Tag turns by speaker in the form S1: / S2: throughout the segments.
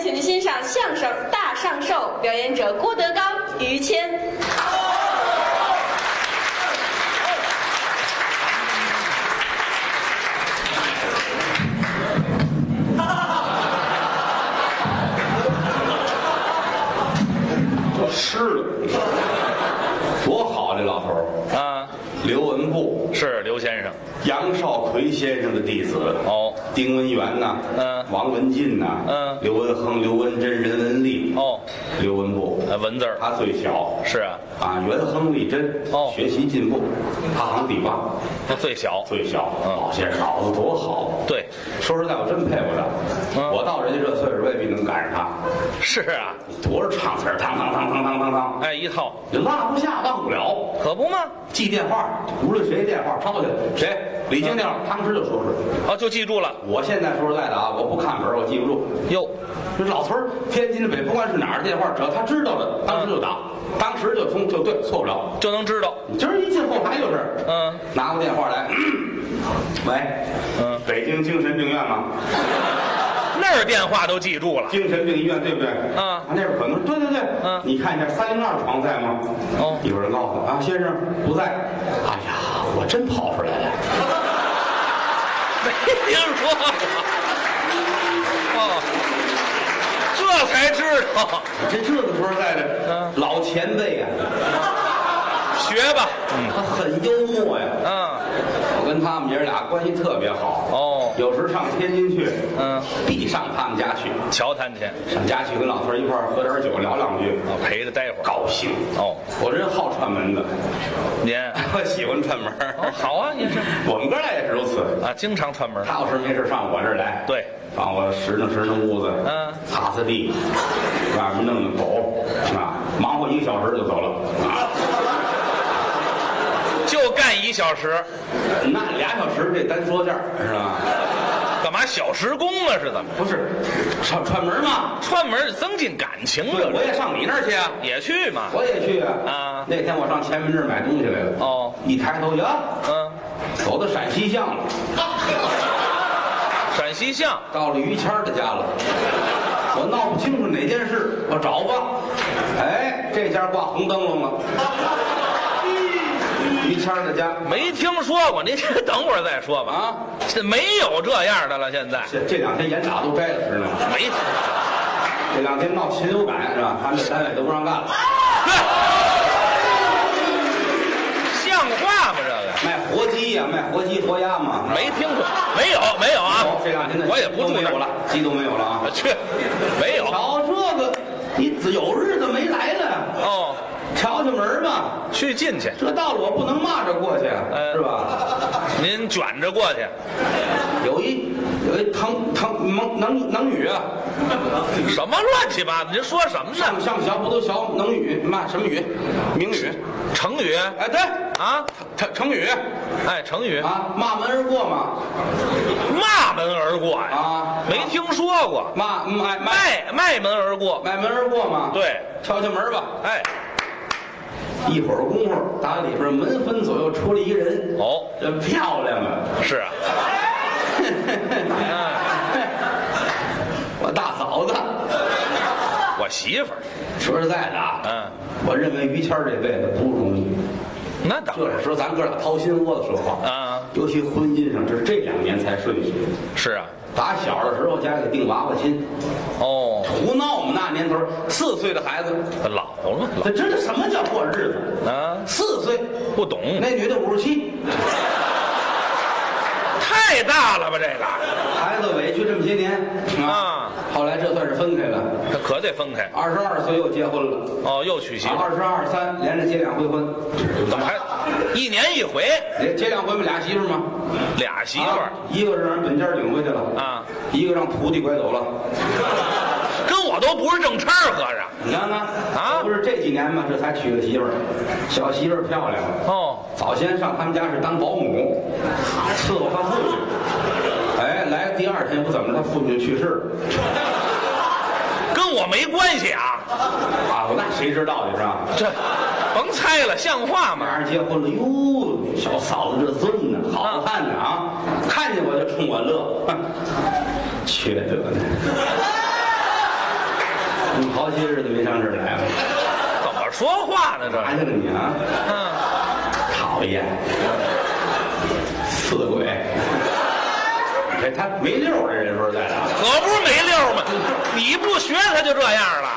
S1: 请欣赏相声《大上寿》，表演者郭德纲、于谦。
S2: 我湿了，多好！这老头儿，
S3: 啊，
S2: 刘文步，
S3: 是刘先生。
S2: 杨少奎先生的弟子，
S3: 哦，
S2: 丁文元呐，
S3: 嗯
S2: 王文进呐，
S3: 嗯
S2: 刘文亨、刘文珍、任文丽，
S3: 哦，
S2: 刘文步，
S3: 呃文字儿
S2: 他最小，
S3: 是啊，
S2: 啊，元亨利贞，
S3: 哦
S2: 学习进步，他行第八，
S3: 那最小。
S2: 最小，
S3: 嗯
S2: 老先生脑子多好。
S3: 对，
S2: 说实在，我真佩服他。
S3: 嗯
S2: 我到人家这岁数，未必能赶上他。
S3: 是啊，
S2: 多少唱词儿，当当当当当当当，
S3: 哎，一套
S2: 你落不下，忘不了。
S3: 可不嘛。
S2: 记电话，无论谁电话抄去，谁李菁电话，当时就说是。
S3: 哦，就记住了。
S2: 我现在说实在的啊，我不看本儿，我记不住。
S3: 哟，
S2: 这老头儿，天津的北，甭管是哪儿的电话，只要他知道了，当时就打，
S3: 嗯
S2: 当时就通，就对，错不了。
S3: 就能知道。
S2: 你今儿一进后台就是，
S3: 嗯，
S2: 拿过电话来，喂，
S3: 嗯，
S2: 北京精神病院吗？
S3: 那儿电话都记住了。
S2: 精神病医院对不对？
S3: 嗯
S2: 那边可能对对对，
S3: 嗯
S2: 你看一下三零二床在吗？
S3: 哦
S2: 有人告诉我啊，先生不在。哎呀，我真跑出来了。
S3: 没听说过。哦，这才知道。
S2: 这这个说实在的，
S3: 嗯
S2: 老前辈啊，
S3: 学吧。
S2: 他很幽默呀、
S3: 嗯，
S2: 我跟他们爷儿俩关系特别好。
S3: 哦
S2: 有时上天津去，
S3: 嗯，
S2: 必上他们家去，
S3: 乔谈去，
S2: 上家去跟老头儿一块儿喝点酒，聊两句，
S3: 我哦陪着待会儿。
S2: 高兴。
S3: 哦，
S2: 我这人好串门子，
S3: 您，
S2: 我喜欢串门儿。
S3: 哦，好啊，您是
S2: 我们哥俩也是如此。
S3: 啊，经常串门。
S2: 他要是没事上我这儿来，
S3: 对，
S2: 上我拾掇拾掇屋子，
S3: 嗯
S2: 擦擦地，外面弄弄狗，啊，忙活一个小时就走了，啊，
S3: 就干一小时，
S2: 那俩小时这单说价儿是吧？
S3: 干嘛小时工啊？是怎么？
S2: 不是，串串门嘛，
S3: 串门增进感情
S2: 对，
S3: 这
S2: 我
S3: 是
S2: 也上你那儿去啊，
S3: 也去嘛？
S2: 我也去啊，
S3: 啊
S2: 那天我上前门这儿买东西来了，
S3: 哦，
S2: 一抬头呀，
S3: 嗯，
S2: 走到陕西巷了，
S3: 陕西巷
S2: 到了于谦儿的家了。我闹不清楚哪件事，我找吧。哎，这家挂红灯笼了。于谦儿的家，
S3: 没听说过，您先等会儿再说吧。
S2: 啊，
S3: 这没有这样的了，现在
S2: 这这两天严打都摘了，知道吗？
S3: 没。
S2: 这两天闹禽流感是吧？他们这单位都不让干了，
S3: 像话吗？这个
S2: 卖活鸡呀、卖活鸡、活鸭嘛。
S3: 没听说，没有，没有啊
S2: 哦有这两天的。
S3: 我也不
S2: 都
S3: 住
S2: 没
S3: 那
S2: 有
S3: 儿
S2: 了，鸡都没有了啊。
S3: 我去，没有。
S2: 瞧这个，你只有日子没来了，
S3: 哦，
S2: 瞧瞧门儿吧。
S3: 去进去，
S2: 这道理我不能骂着过去，啊
S3: 哎
S2: 是吧？
S3: 您卷着过去。
S2: 有一有一唐唐能能能语啊，
S3: 什么乱七八糟？您说什么呢？
S2: 上上学不都学能语嘛？什么语？名语？
S3: 成语
S2: 哎，对，
S3: 啊？
S2: 成成语
S3: 哎，成语
S2: 啊，骂门而过嘛，
S3: 骂门而过呀？
S2: 啊
S3: 没听说过。
S2: 骂卖卖
S3: 迈迈门而过。
S2: 卖门而过嘛，，
S3: 对，
S2: 敲敲门吧。
S3: 哎，
S2: 一会儿功夫，打里边门分左右出来一人，
S3: 哦，
S2: 这漂亮啊！
S3: 是啊，嗯，
S2: 我大嫂子，
S3: 我媳妇儿，
S2: 说实在的啊，
S3: 嗯，
S2: 我认为于谦儿这辈子不容易。
S3: 那当
S2: 这
S3: 然
S2: 是说咱哥俩掏心窝子说话，
S3: 啊，
S2: 尤其婚姻上，这是这两年才顺序。
S3: 是啊，
S2: 打小的时候家里定娃娃亲，
S3: 哦，
S2: 胡闹我们那年头儿，四岁的孩子，
S3: 老了
S2: 这知道什么叫过日
S3: 老
S2: 子？
S3: 啊，
S2: 四岁，
S3: 不懂，
S2: 那女的五十七，
S3: 太大了吧这个，
S2: 孩子委屈这么些年
S3: 啊，
S2: 后来这算是分开了。
S3: 这可得分开。
S2: 二十二岁又结婚了，
S3: 哦，又娶媳妇儿，
S2: 二十二三连着结两回婚，
S3: 怎么还一年一回
S2: 连结两回嘛，俩媳妇儿嘛，
S3: 俩媳妇
S2: 啊
S3: 儿？
S2: 一个是让人本家领回去了
S3: 啊，
S2: 一个让徒弟拐走了。
S3: 跟我都不是正差儿，合着。
S2: 你看看
S3: 啊
S2: 不是这几年嘛，这才娶个媳妇儿，小媳妇儿漂亮。
S3: 哦，
S2: 早先上他们家是当保姆，伺候他父亲。哎，来第二天不怎么着，他父亲去世了。
S3: 跟我没关系啊，
S2: 啊，那谁知道去是吧？
S3: 这甭猜了，像话吗？
S2: 马上结婚了，哟，小嫂子这尊呢，好汉呢啊！ 看见我就冲我乐，哼缺德呢！好些日子没上这儿来了，
S3: 怎么说话呢？
S2: 干
S3: 这，
S2: 嘛去了你啊？
S3: 嗯，
S2: 讨厌，四鬼！你看他没溜儿，这人说实在的啊，
S3: 可不是没溜儿吗？你不学他就这样了，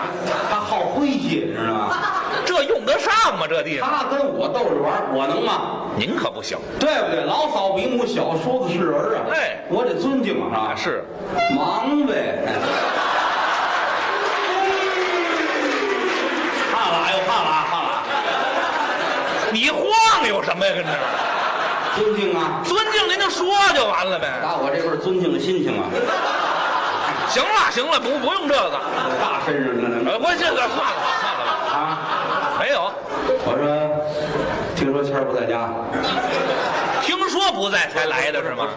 S2: 他好晦气，你知道吗？
S3: 这用得上吗？这地方
S2: 他跟我逗着玩儿，我能吗？
S3: 您可不行
S2: 对不对？老嫂比母小，说的是人儿啊。
S3: 哎
S2: 我得尊敬啊
S3: 啊！。是，
S2: 忙呗。 怕了啊，又怕了啊，怕了啊！
S3: 你晃悠什么呀？跟这儿
S2: 尊敬啊，
S3: 尊敬您就说就完了呗。
S2: 打我这份尊敬的心情啊，
S3: 行了行了，不不用这个，
S2: 大身上呢。
S3: 呃，我这个算了算了
S2: 啊，
S3: 吧，没有。
S2: 我说，听说谦儿不在家，
S3: 听说不在才来的是吗？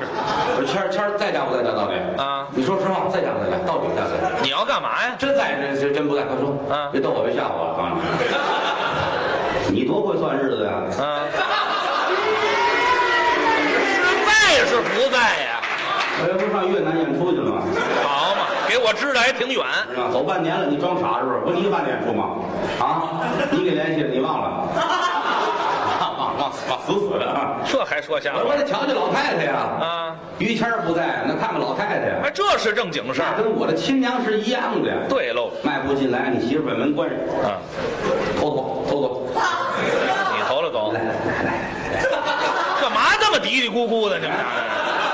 S2: 我说谦儿谦儿在家不在家到底？
S3: 啊
S2: 你说实话，在家不在家？到底在不在家？
S3: 你要干嘛呀？
S2: 真在这这真不在，快说！
S3: 啊
S2: 别逗我，别吓我啊！ 你多会算日子呀？
S3: 啊，是在是不在呀？
S2: 我哎这不上越南演出去了吗？
S3: 好嘛，给我支的还挺远。
S2: 是啊吧？走半年了，你装傻是不是？不，你一个半年出吗？啊，你给联系了，你忘了？忘忘忘忘死死的啊！
S3: 这还说瞎
S2: 我说
S3: 话
S2: 我得瞧瞧老太太呀，
S3: 啊？
S2: 于谦儿不在，那看看老太太呀
S3: 哎，，这是正经事
S2: 那
S3: 儿。
S2: 跟我的亲娘是一样的呀。
S3: 对喽，
S2: 迈不进来，你媳妇把门关上，
S3: 啊，
S2: 偷走偷走，
S3: 你投了狗，
S2: 来来来来，
S3: 干嘛这么嘀嘀咕咕的？你们俩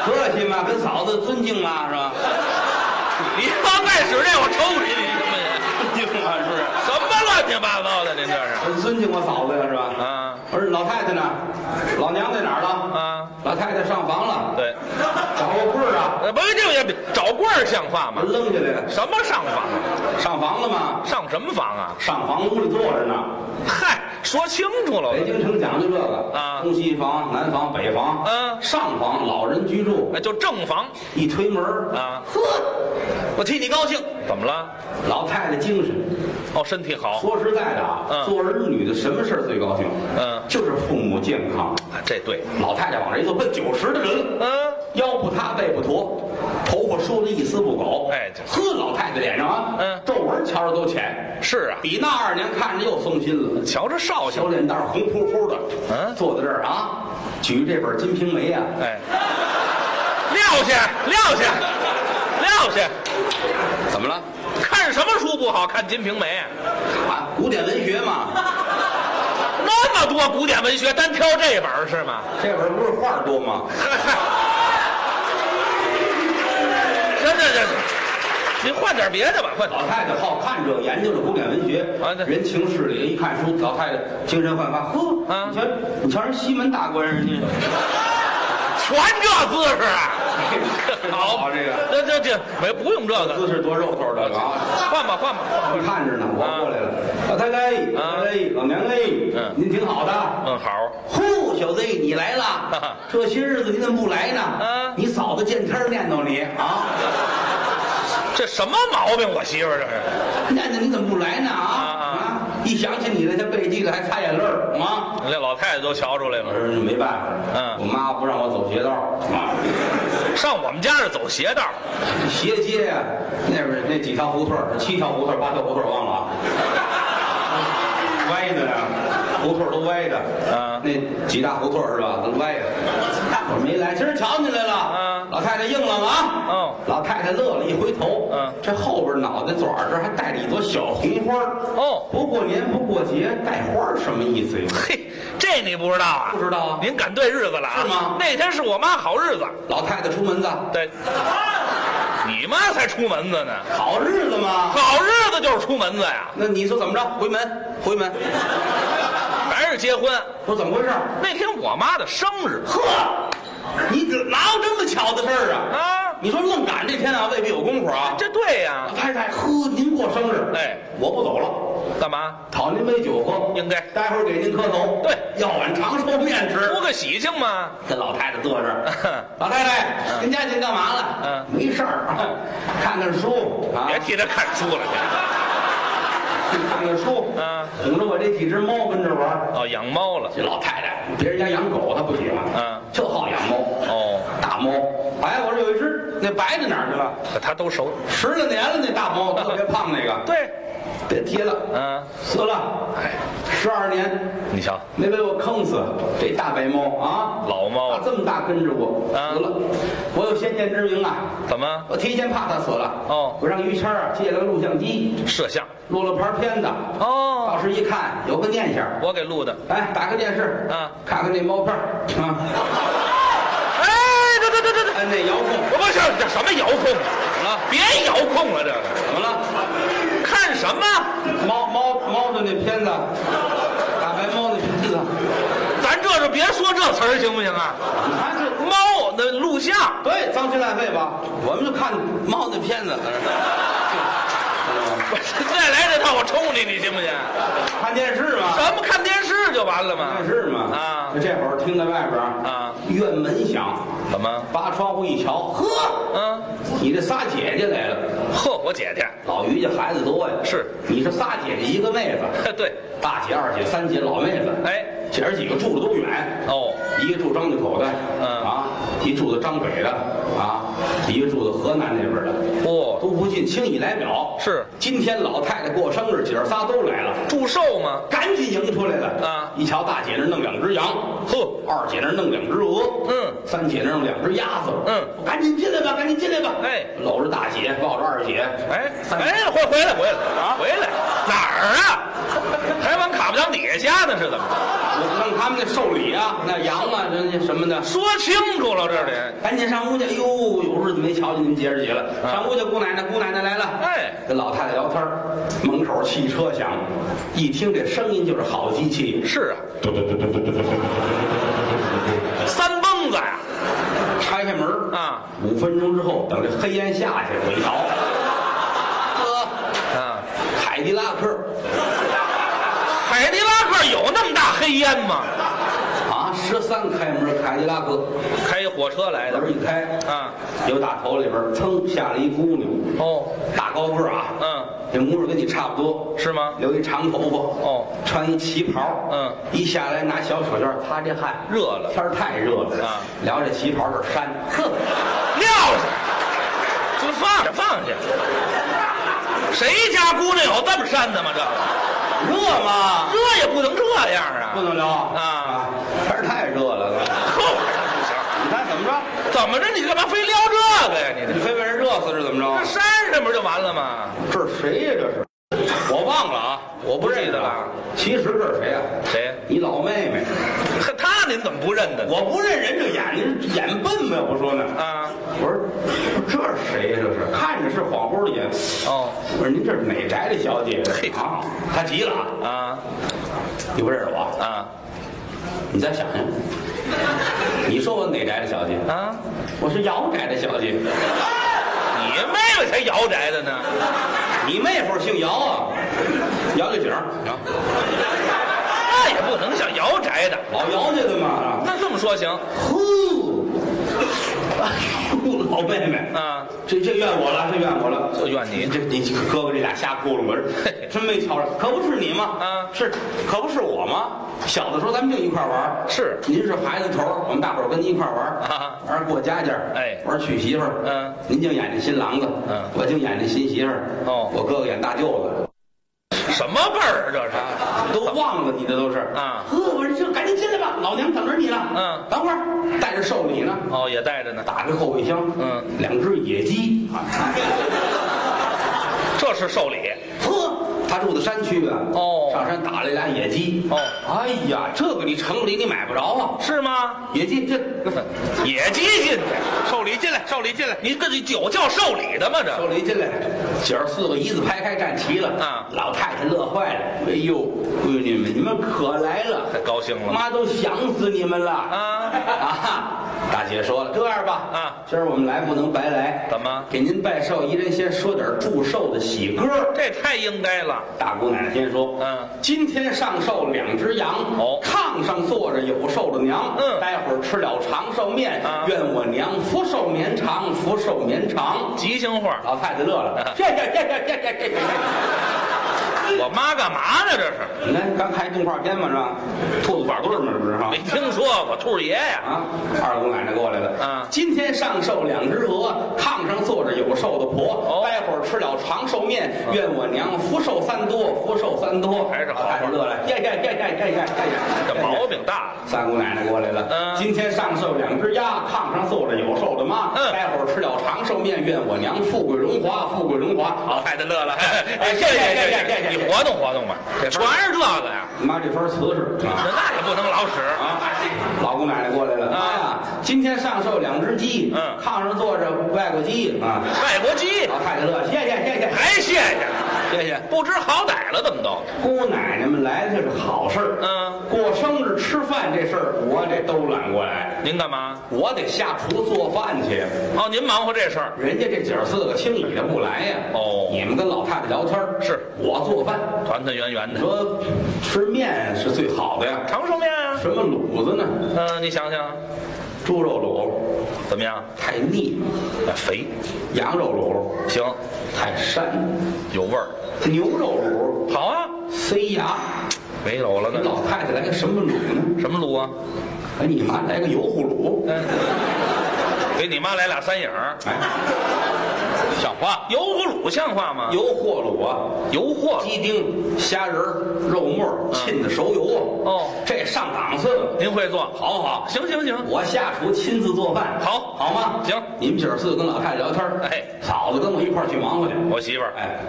S3: 这
S2: 客气嘛，啊跟嫂子尊敬啊嘛，是吧？
S3: 是，你刚开始这我抽你，你什么呀？
S2: 尊敬嘛，是不是？
S3: 什么乱七八糟的？您这啊是
S2: 很尊敬我嫂子呀，是吧？
S3: 啊
S2: 我说老太太呢？老娘在哪儿了？
S3: 啊？
S2: 老太太上房了，
S3: 对，
S2: 找个棍儿啊，
S3: 呃不是这也找棍儿像话吗
S2: 我？扔下来了。
S3: 什么上房？
S2: 上房了吗？
S3: 上什么房啊？
S2: 上房屋里坐着呢。
S3: 嗨，说清楚了，
S2: 北京城讲究这个
S3: 哦啊
S2: 东西房、南房、北房，
S3: 嗯哎
S2: 上房老人居住，
S3: 那就正房
S2: 一推门儿，
S3: 啊。
S2: 呵，我替你高兴。
S3: 怎么了？
S2: 老太太精神，
S3: 哦，身体好，
S2: 说实在的啊，
S3: 嗯
S2: 做儿女的什么事儿最高兴？
S3: 嗯
S2: 就是父母健
S3: 啊
S2: 康。
S3: 这对，
S2: 老太太往这一坐，奔九十的人了，
S3: 嗯，
S2: 腰不塌背不驼，头发梳的一丝不苟。
S3: 哎这
S2: 呵，老太太脸上啊，
S3: 嗯
S2: 皱纹瞧着都浅，
S3: 是啊，
S2: 比那二娘看着又松心了。
S3: 瞧这绍兴
S2: 小，脸蛋儿红扑扑的，
S3: 嗯
S2: 坐在这儿啊，举着这本《金瓶梅》啊，
S3: 哎，撂下，撂下，撂下。
S2: 怎么了？
S3: 看什么书不好看《金瓶梅》？
S2: 啊，古典文 学嘛，
S3: 那么多古典文学，单挑这本儿是吗？
S2: 这本儿不是画儿多吗？
S3: 真的，真的，你换点别的吧，换
S2: 老太太好看这，研究这古典文学
S3: 啊对
S2: 人情世理，一看书，老太太精神焕发。呵，
S3: 啊
S2: 你瞧，你瞧人西门大官人家，
S3: 全这姿势啊！ 好，
S2: 好这个
S3: 这这这没不用这个，
S2: 姿势多肉头的 啊！
S3: 换吧换吧。
S2: 正看着
S3: 啊
S2: 呢，我过来了，老太太，老太太，老娘哎，
S3: 嗯
S2: 您挺好的。
S3: 嗯，好，
S2: 呼，小子，你来了！这些日子你怎么不来呢？
S3: 嗯
S2: 你嫂子见天儿念叨你啊。
S3: 这什么毛病？我媳妇儿这是
S2: 念念你怎么不来呢？啊
S3: 啊啊！
S2: 一想起你来，他背地里还擦眼泪儿啊！，
S3: 这老太太都瞧出来
S2: 我
S3: 了，
S2: 说没办法，
S3: 嗯
S2: 我妈不让我走邪道啊，
S3: 上我们家是走邪道，
S2: 斜街呀，那边儿那几条胡同儿，七条胡同儿，八条胡同儿忘了啊， 歪的呀，胡同儿都歪的，
S3: 啊
S2: 那几大胡同儿是吧，都歪的。我说没来，今儿瞧你来了，
S3: 啊
S2: 老太太硬朗啊，
S3: 哦
S2: 老太太乐了，一回头，
S3: 嗯
S2: 这后边脑袋爪儿这儿还带着一朵小红花儿
S3: 哦
S2: 不过年不过节带花儿什么意思呀？
S3: 嘿，这你不知道啊？
S2: 不知道啊
S3: 您赶对日子了啊？
S2: 是吗
S3: 那天是我妈好日子，
S2: 老太太出门子，
S3: 对，你妈才出门子呢，
S2: 好日子嘛。
S3: 好日子就是出门子呀，
S2: 那你说怎么着？回门，回门，
S3: 还是结婚？
S2: 我说怎么回事？
S3: 那天我妈的生日
S2: 呵， 你这哪有这么巧的事儿啊？
S3: 啊，
S2: 你说愣赶这天啊，未必有功夫啊。
S3: 这对呀、
S2: 老太太，呵，您过生日，
S3: 哎，
S2: 我不走了，
S3: 干嘛？
S2: 讨您杯酒喝，
S3: 应该
S2: 待会儿给您磕头，
S3: 对
S2: 要碗长寿面吃
S3: 图。个喜庆嘛。
S2: 跟老太太坐 这儿，老太太，您家近干嘛了？
S3: 嗯
S2: 没事儿，啊看看书啊
S3: 别，提这看书了，
S2: 看看书，
S3: 嗯
S2: 哄着我这几只猫跟着玩儿。
S3: 哦，养猫了，
S2: 这老太太，别人家养狗她不喜欢，
S3: 嗯
S2: 就好养猫，
S3: 哦，
S2: 大猫。哎，我这有一只，那白的哪儿去了？
S3: 她都熟。
S2: 十来年了，那大猫特别胖那个，
S3: 对，
S2: 别提了，
S3: 嗯，
S2: 死了，
S3: 哎，
S2: 十二年，
S3: 你瞧，
S2: 没被我坑死。这大白猫啊，
S3: 老猫
S2: 它
S3: 了，
S2: 这么大跟着我，
S3: 啊
S2: 死了。我有先见之明啊，
S3: 怎么
S2: 我提前怕它死了。
S3: 哦
S2: 我让于谦儿啊借了个录像机，
S3: 摄像？
S2: 录了盘片子。
S3: 哦，
S2: 到时一看，有个念想，
S3: 我给录的。
S2: 哎，打开电视，
S3: 啊
S2: 看看那猫片儿啊，
S3: 哎，这这这这这，
S2: 按那遥控，
S3: 我不是这什么遥控啊？别遥控了，这个
S2: 怎么了？
S3: 看什么？
S2: 猫猫猫的那片子，大白猫那片子，
S3: 咱这就别说这词儿行不行啊？
S2: 你看这。
S3: 猫的录像，
S2: 对，脏心烂肺吧？我们就看猫的片子，在那
S3: 我再来这套，我抽你，你信不信？
S2: 儿看电视嘛，
S3: 咱们看电视就完了
S2: 看
S3: 吗？
S2: 电视嘛。
S3: 啊
S2: 这会儿听在外边儿
S3: 啊，
S2: 院门响，
S3: 怎么？
S2: 扒窗户一瞧，呵，
S3: 嗯，
S2: 你这仨姐姐来了。
S3: 呵，我姐 姐，
S2: 老于家孩子多呀，
S3: 是
S2: 你是仨姐姐一个妹子，
S3: 对，
S2: 大姐、二姐、三姐老妹子。
S3: 哎，
S2: 姐儿几个住的都远，
S3: 哦，
S2: 一个住张家口的，
S3: 嗯
S2: 啊，一住在张北的，啊，一个住在河南那边的，
S3: 哦，
S2: 都不近，轻易来表。
S3: 是
S2: 今天老太太过生日，姐儿仨都来了，
S3: 祝寿吗？
S2: 赶紧迎出来了。
S3: 啊
S2: 一瞧大姐那儿弄两只羊，
S3: 呵，
S2: 二姐那儿弄两只鹅，
S3: 嗯
S2: 三姐那儿弄两只鸭子，
S3: 嗯，
S2: 赶紧进来吧，赶紧进来吧。
S3: 哎
S2: 搂着大姐，抱着二姐，
S3: 哎
S2: 三姐，
S3: 哎，回回来回来啊，回来哪儿啊？还往卡布墙底下下呢是怎么？
S2: 我弄他们那寿礼啊，那羊啊，人家什么的。
S3: 说清楚了这里，
S2: 赶紧上屋去！哎呦，有日子没瞧见您姐儿几了。
S3: 啊
S2: 上屋去，姑奶奶，姑奶奶来了。
S3: 哎
S2: 跟老太太聊天儿门口汽车响，一听这声音就是好机器。
S3: 是啊，三蹦子呀，
S2: 拆开门儿
S3: 啊，
S2: 五分钟之后，等这黑烟下去，我一瞧，呵，
S3: 啊，
S2: 凯迪拉克
S3: 海迪拉克有那么大黑烟吗？
S2: 啊，十三开门，凯迪拉克
S3: 开火车来的
S2: 门一开，
S3: 啊，
S2: 有打头里边儿，噌下来一姑娘，
S3: 哦，
S2: 大高个儿啊，
S3: 嗯，
S2: 这模样跟你差不多，
S3: 是吗？
S2: 留一长头发，
S3: 哦，
S2: 穿一旗袍，
S3: 嗯，
S2: 一下来拿小手绢儿擦这汗，
S3: 热了
S2: 天儿太热了
S3: 啊
S2: 聊这旗袍这衫，呵，
S3: 撂下，就放下放下。谁家姑娘有这么扇的吗？这
S2: 热吗？
S3: 这也不能这样啊！
S2: 不能聊
S3: 啊，
S2: 天儿太热了，
S3: 扣不行。
S2: 你看怎么着？
S3: 怎么着？你干嘛非撩这个呀？你这
S2: 你非被人热死是怎么
S3: 这
S2: 着？
S3: 扇上不就完了吗？
S2: 这是谁呀、这是
S3: 我忘了啊，我不记得了。。
S2: 其实这是谁呀、
S3: 谁？
S2: 你老妹妹。
S3: 呵他您怎么不认得呢？
S2: 我不认人这眼睛眼笨呗，我说呢。
S3: 啊，
S2: 我说这是谁呀、这是看着是黄包的眼。
S3: 哦，
S2: 我说您这是哪宅的小姐
S3: 嘿
S2: 啊？她急了啊！
S3: 啊
S2: 你不认识我？
S3: 啊
S2: 你再想想，你说我哪宅的小姐？
S3: 啊！
S2: 我是姚宅的小姐。
S3: 你妹妹才姚宅的呢，啊
S2: 你妹夫姓姚啊？姚家井儿啊，
S3: 那也不能像姚宅的。
S2: 老姚家的嘛。啊
S3: 那这么说行
S2: 呼，哎呦， 老妹妹
S3: 啊？
S2: 这这怨我了，这怨我了，
S3: 就怨你
S2: 这你哥哥这俩瞎窟窿，我
S3: 嘿
S2: 这
S3: 嘿
S2: 真没瞧着，可不是你吗？
S3: 啊
S2: 是，可不是我吗？小的时候咱们就一块玩儿
S3: 是
S2: 您是孩子头儿，我们大伙儿跟您一块玩儿
S3: 啊
S2: 玩儿过家家儿，
S3: 哎
S2: 玩儿娶媳妇儿，
S3: 嗯，
S2: 您净演这新郎子，
S3: 嗯
S2: 我净演这新媳妇儿，
S3: 哦
S2: 我哥哥演大舅子，
S3: 什么辈儿啊？
S2: 都忘了你这都是
S3: 啊
S2: 呵，我说这赶紧进来吧，老娘等着你呢，
S3: 嗯
S2: 等会儿带着寿礼呢，
S3: 这是？哦，也带着呢。
S2: 打开后备箱，
S3: 嗯，
S2: 两只野鸡。
S3: 这是寿礼，
S2: 呵，他住在山区啊，
S3: 哦
S2: 上山打了俩野鸡，
S3: 哦
S2: 哎呀，这个你城里你买不着啊，
S3: 是吗？
S2: 野鸡这
S3: 野鸡进去，寿礼进来，寿礼进来。你这这酒叫寿礼的吗？
S2: 手
S3: 这
S2: 里进来，姐儿四个一字排开站齐了，
S3: 啊
S2: 老太太乐坏了，哎呦，闺女们，你们可来了，
S3: 太高兴了。
S2: 妈都想死你们了
S3: 啊
S2: 啊！大姐说了，这样吧，
S3: 啊
S2: 今儿我们来不能白来，
S3: 怎么
S2: 给您拜寿？一人先说点祝寿的喜歌。
S3: 这太应该了。
S2: 大姑奶奶先说，
S3: 嗯
S2: 今天上寿两只羊，
S3: 哦
S2: 炕上坐着有寿的娘，
S3: 嗯
S2: 待会儿吃了长寿面，
S3: 啊
S2: 愿我娘福寿绵长，福寿绵长。
S3: 吉祥话，
S2: 老太太乐了，谢谢谢谢谢谢谢
S3: 嗯
S2: 谢。
S3: 我妈干嘛呢？这是
S2: 你看刚看一动画片嘛是吧？兔子板棍儿嘛这不是哈
S3: 没？听说过兔儿爷呀？
S2: 啊，二姑奶奶过来了。
S3: 啊
S2: 今天上寿两只鹅，炕上坐着有寿的婆。
S3: 哦
S2: 待会会儿吃了长寿面，愿我娘福寿三多，福寿三多。啊
S3: 还哎是好
S2: 看着乐来，呀呀呀呀呀呀呀呀！
S3: 这毛病大，
S2: 三姑奶奶过来了，
S3: 嗯
S2: 今天上寿两只鸭，炕上坐着有寿的妈，
S3: 嗯
S2: 待会儿吃了长寿面，愿我娘富贵荣华，富贵荣华。
S3: 老太太乐了。
S2: 哎
S3: 哎，
S2: 谢谢谢谢谢谢
S3: 你活动活动吧，全是这个呀，
S2: 你妈这番瓷实啊！
S3: 那也不能老使啊。
S2: 啊，老姑奶奶过来了，
S3: 啊
S2: 妈呀，今天上寿两只鸡，
S3: 嗯
S2: 炕上坐着外国鸡啊，
S3: 外国鸡
S2: 老太太乐，谢谢谢谢
S3: 还谢谢，
S2: 谢谢。
S3: 不知好歹了，怎么都？
S2: 姑奶奶们来的这是好事儿，
S3: 嗯，
S2: 过生日吃饭这事儿我得都揽过来，
S3: 您干嘛？
S2: 我得下厨做饭去。
S3: 哦，您忙活这事儿，
S2: 人家这姐儿四个轻易的不来呀。
S3: 哦
S2: 你们跟老太太聊天儿
S3: 是
S2: 我做饭。
S3: 团团圆圆
S2: 你
S3: 的，
S2: 说吃面是最好的呀，
S3: 长寿面啊。
S2: 什么卤子呢？
S3: 嗯、你想想，
S2: 猪肉卤
S3: 怎么样？
S2: 太腻，
S3: 哎肥，
S2: 羊肉卤
S3: 行，
S2: 太膻，
S3: 有味儿，
S2: 牛肉
S3: 好啊。
S2: 卤塞牙。
S3: 没有了
S2: 你
S3: 呢，
S2: 老太太来个什么卤呢？
S3: 什么卤啊？
S2: 哎，你妈来个油葫芦。
S3: 嗯，哎给你妈来俩三影儿，
S2: 哎，像话。
S3: 油葫芦像话吗？
S2: 油货卤啊，
S3: 油货，
S2: 鸡丁、虾仁儿、肉末儿浸的熟油啊。
S3: 嗯哦，
S2: 这上档次了，
S3: 您会做？
S2: 好不好？
S3: 行行行，
S2: 我下厨亲自做饭，
S3: 好
S2: 好吗？
S3: 行
S2: 你们姐儿四个跟老太太聊天儿
S3: 哎
S2: 嫂子跟我一块儿去忙活去。
S3: 我媳妇儿，
S2: 哎，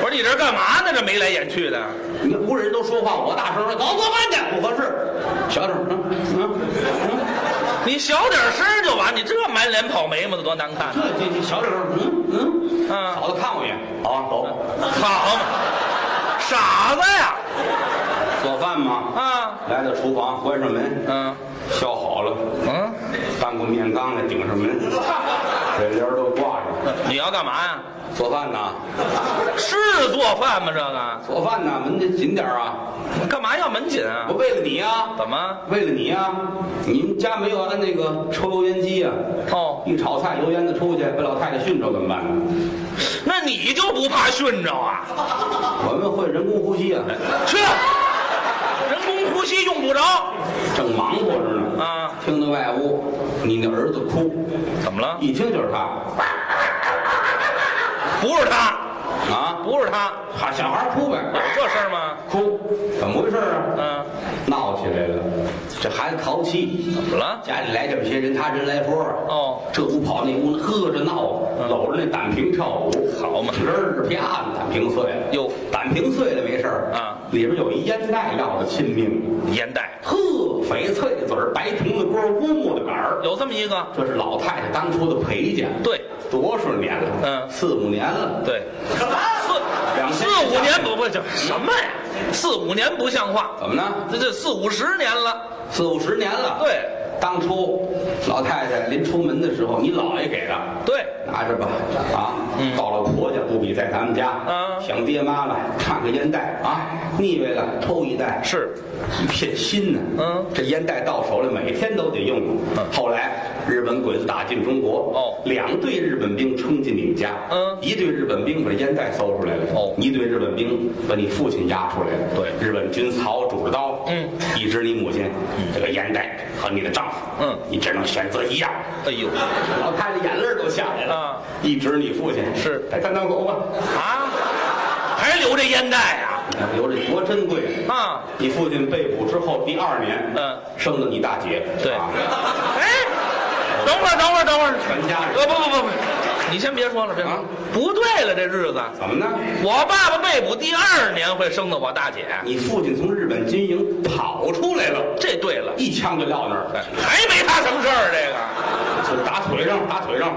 S3: 我说你这干嘛呢？这眉来眼去的，
S2: 你们屋人都说话，我大声说：“走，做饭去，不合适。”小点儿，嗯嗯嗯，
S3: 你小点声儿就完，你这满脸跑眉毛的多难看啊
S2: 这
S3: 呢！
S2: 这这小点声，嗯嗯
S3: 嗯
S2: 嫂子看我一眼，好啊，走，
S3: 好嘛，傻子呀！
S2: 做饭嘛，
S3: 啊，
S2: 来到厨房，关上门，
S3: 嗯
S2: 削好了，
S3: 嗯，
S2: 搬个面缸来顶上门，这帘儿都挂上。
S3: 你要干嘛呀？
S2: 做饭呢，
S3: 是做饭吗？这个
S2: 做饭呢，门得紧点儿啊，
S3: 你干嘛要门紧啊
S2: 我？为了你啊。
S3: 怎么？
S2: 为了你啊，你们家没有按那个抽油烟机啊？
S3: 哦，
S2: 一炒菜油烟子出去，被老太太熏着怎么办？
S3: 那你就不怕熏着啊？
S2: 我们会人工呼吸啊，
S3: 去，人工呼吸用不着。
S2: 正忙活着呢。
S3: 啊，
S2: 听到外屋你那儿子哭，
S3: 怎么了？
S2: 一听就是他
S3: 不是他，
S2: 啊，
S3: 不是他，
S2: 哈，小孩
S3: 有
S2: 哭呗，
S3: 这事儿吗？
S2: 哭，怎么回事啊？
S3: 嗯，
S2: 闹起来了，这孩子淘气，
S3: 怎么了？
S2: 家里来这么些人，他人来疯啊。
S3: 哦，嗯
S2: 这屋跑那屋，呵着闹，搂着那胆瓶跳舞，
S3: 好嘛
S2: 吱儿啪，胆瓶碎了。
S3: 哟
S2: 胆瓶碎了没事儿
S3: 啊，
S2: 里边有一烟袋要了亲命，
S3: 烟袋
S2: 呵，翡翠的嘴儿，白铜的锅，乌木的杆儿，
S3: 有这么一个，
S2: 这是老太太当初的陪嫁，
S3: 对，
S2: 多少年了？
S3: 嗯
S2: 四五年了。
S3: 对，四
S2: 两千
S3: 四五年不不就什么呀？四五年不像话，
S2: 怎么呢？
S3: 这这四五十年了，
S2: 四五十年了。
S3: 对，
S2: 当初老太太临出门的时候，你姥爷给的。
S3: 对，
S2: 拿着吧，啊，到了婆家不比在咱们家，
S3: 嗯
S2: 想爹妈了，看看烟袋啊，腻歪了，抽一袋，
S3: 是
S2: 一片心呢，
S3: 嗯
S2: 这烟袋到手了，每天都得用。后来日本鬼子打进中国，
S3: 哦
S2: 两队日本兵冲进你们家，
S3: 嗯
S2: 一队日本兵把烟袋搜出来了，
S3: 哦
S2: 一队日本兵把你父亲押出来了，
S3: 对
S2: 日本军曹拄着刀，
S3: 嗯，
S2: 一指你母亲，这个烟袋和你的丈夫，
S3: 嗯
S2: 你只能选择一样。
S3: 哎呦
S2: 老太太眼泪儿都下来了，
S3: 啊
S2: 一指你父亲
S3: 是
S2: 在担当头吧，
S3: 啊，还留着烟袋啊？
S2: 留着多珍贵啊！
S3: 啊，
S2: 你父亲被捕之后第二年，
S3: 嗯
S2: 生了你大姐，
S3: 对，
S2: 啊
S3: 哎，等会儿等会儿等会儿，
S2: 全家
S3: 呃
S2: 人
S3: 不不不不，你先别说了，别
S2: 啊
S3: 不对了，这日子。
S2: 怎么呢？
S3: 我爸爸被捕第二年会生的我大姐，
S2: 你父亲从日本军营跑出来了，
S3: 这对了，
S2: 一枪就撂那儿，
S3: 哎还没他什么事儿。这个，啊
S2: 就打腿上，打腿上，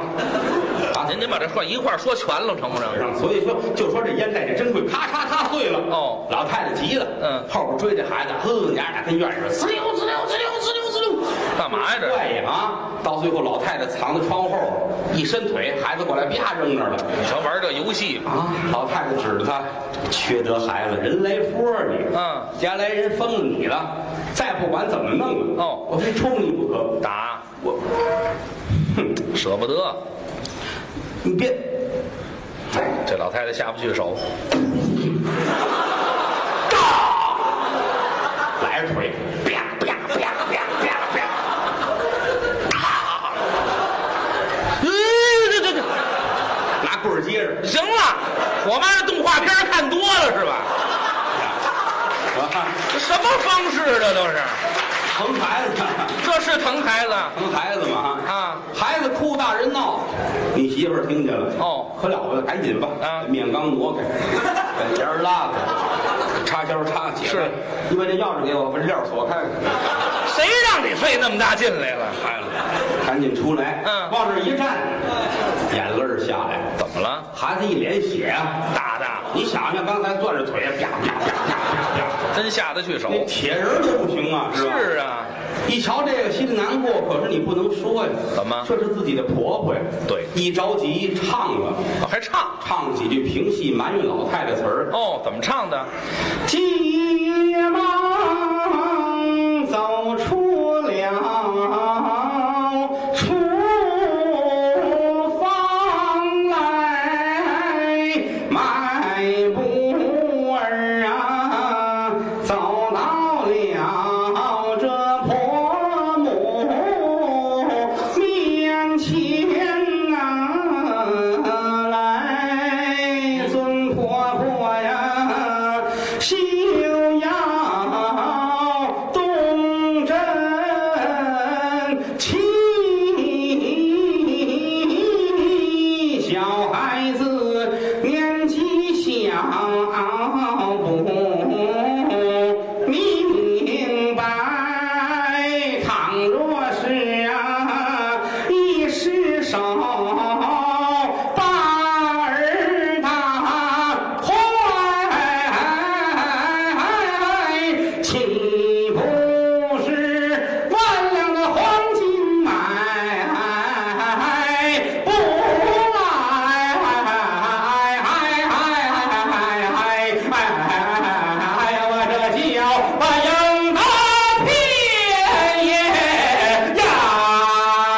S2: 打腿
S3: 您您把这话一块儿说全了，成不成？
S2: 上。所以说，就说这烟袋这珍贵，咔嚓咔碎了。
S3: 哦
S2: 老太太急了，
S3: 嗯
S2: 后边追这孩子，呵，娘俩跟院里边滋溜滋溜滋溜滋溜滋溜。
S3: 干嘛呀这？
S2: 怪呀啊！到最后，老太太藏在窗户后，一伸腿，孩子过来，啪扔那儿了。
S3: 你瞧玩这游戏吧，
S2: 啊！老太太指着他，缺德孩子，人来疯儿你。
S3: 嗯，
S2: 家来人封了你了，再不管怎么弄了。
S3: 哦
S2: 我非抽你不可。
S3: 打
S2: 我，
S3: 舍不得，
S2: 你别，
S3: 这老太太下不去手。抬腿，啪啪啪啪啪啪，啊！嗯，这这这。
S2: 拿棍儿接着，
S3: 行了，我妈动画片看多了是吧？
S2: 啊，
S3: 这什么方式啊这都是？
S2: 疼孩子，
S3: 这是疼孩子
S2: 疼孩子嘛啊
S3: 啊？
S2: 孩子哭，大人闹，你媳妇儿听见了
S3: 哦
S2: 可了不得，赶紧吧，
S3: 啊
S2: 面缸挪开，把帘儿拉开，插销插起来，
S3: 是
S2: 你把这钥匙给我，把这钥匙锁开开，
S3: 谁让你费那么大劲来了？
S2: 孩子，赶紧出来，
S3: 嗯
S2: 往这一站，眼泪儿下来了，
S3: 怎么了？
S2: 孩子一脸血啊，
S3: 大大，
S2: 你想想刚才攥着腿，啪啪啪啪啪啪，
S3: 真下得去手
S2: 那铁人儿都不行啊，是吧？
S3: 是啊，
S2: 一瞧这个心里难过，可是你不能说呀。
S3: 怎么
S2: 这是自己的婆婆呀。
S3: 对
S2: 一着急唱了，
S3: 还唱
S2: 唱几句评戏埋怨老太太词儿。
S3: 哦？怎么唱的？
S2: 急忙走出了厨房来，迈步儿啊，走到了这婆母面前啊，来尊婆婆呀，休要动真情。小孩子年纪小，啊不明白。倘若是啊，一失手把儿打坏，岂不是万两的黄金买不来？我这叫我应当便也呀！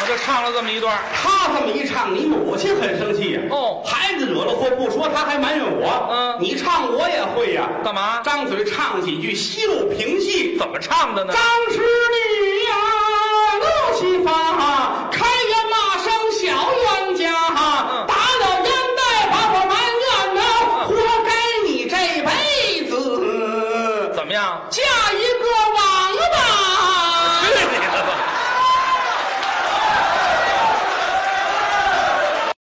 S3: 我就唱了这么一段。
S2: 他这么一唱，你母亲很生气呀、
S3: 哦
S2: 孩子惹了祸不说，他还埋怨我。
S3: 嗯
S2: 你唱我也会呀、
S3: 干嘛
S2: 张嘴唱几句西
S3: 嗯
S2: 路评戏，
S3: 怎么唱的呢
S2: 张？弛女呀，路西方。
S3: 嗯嗯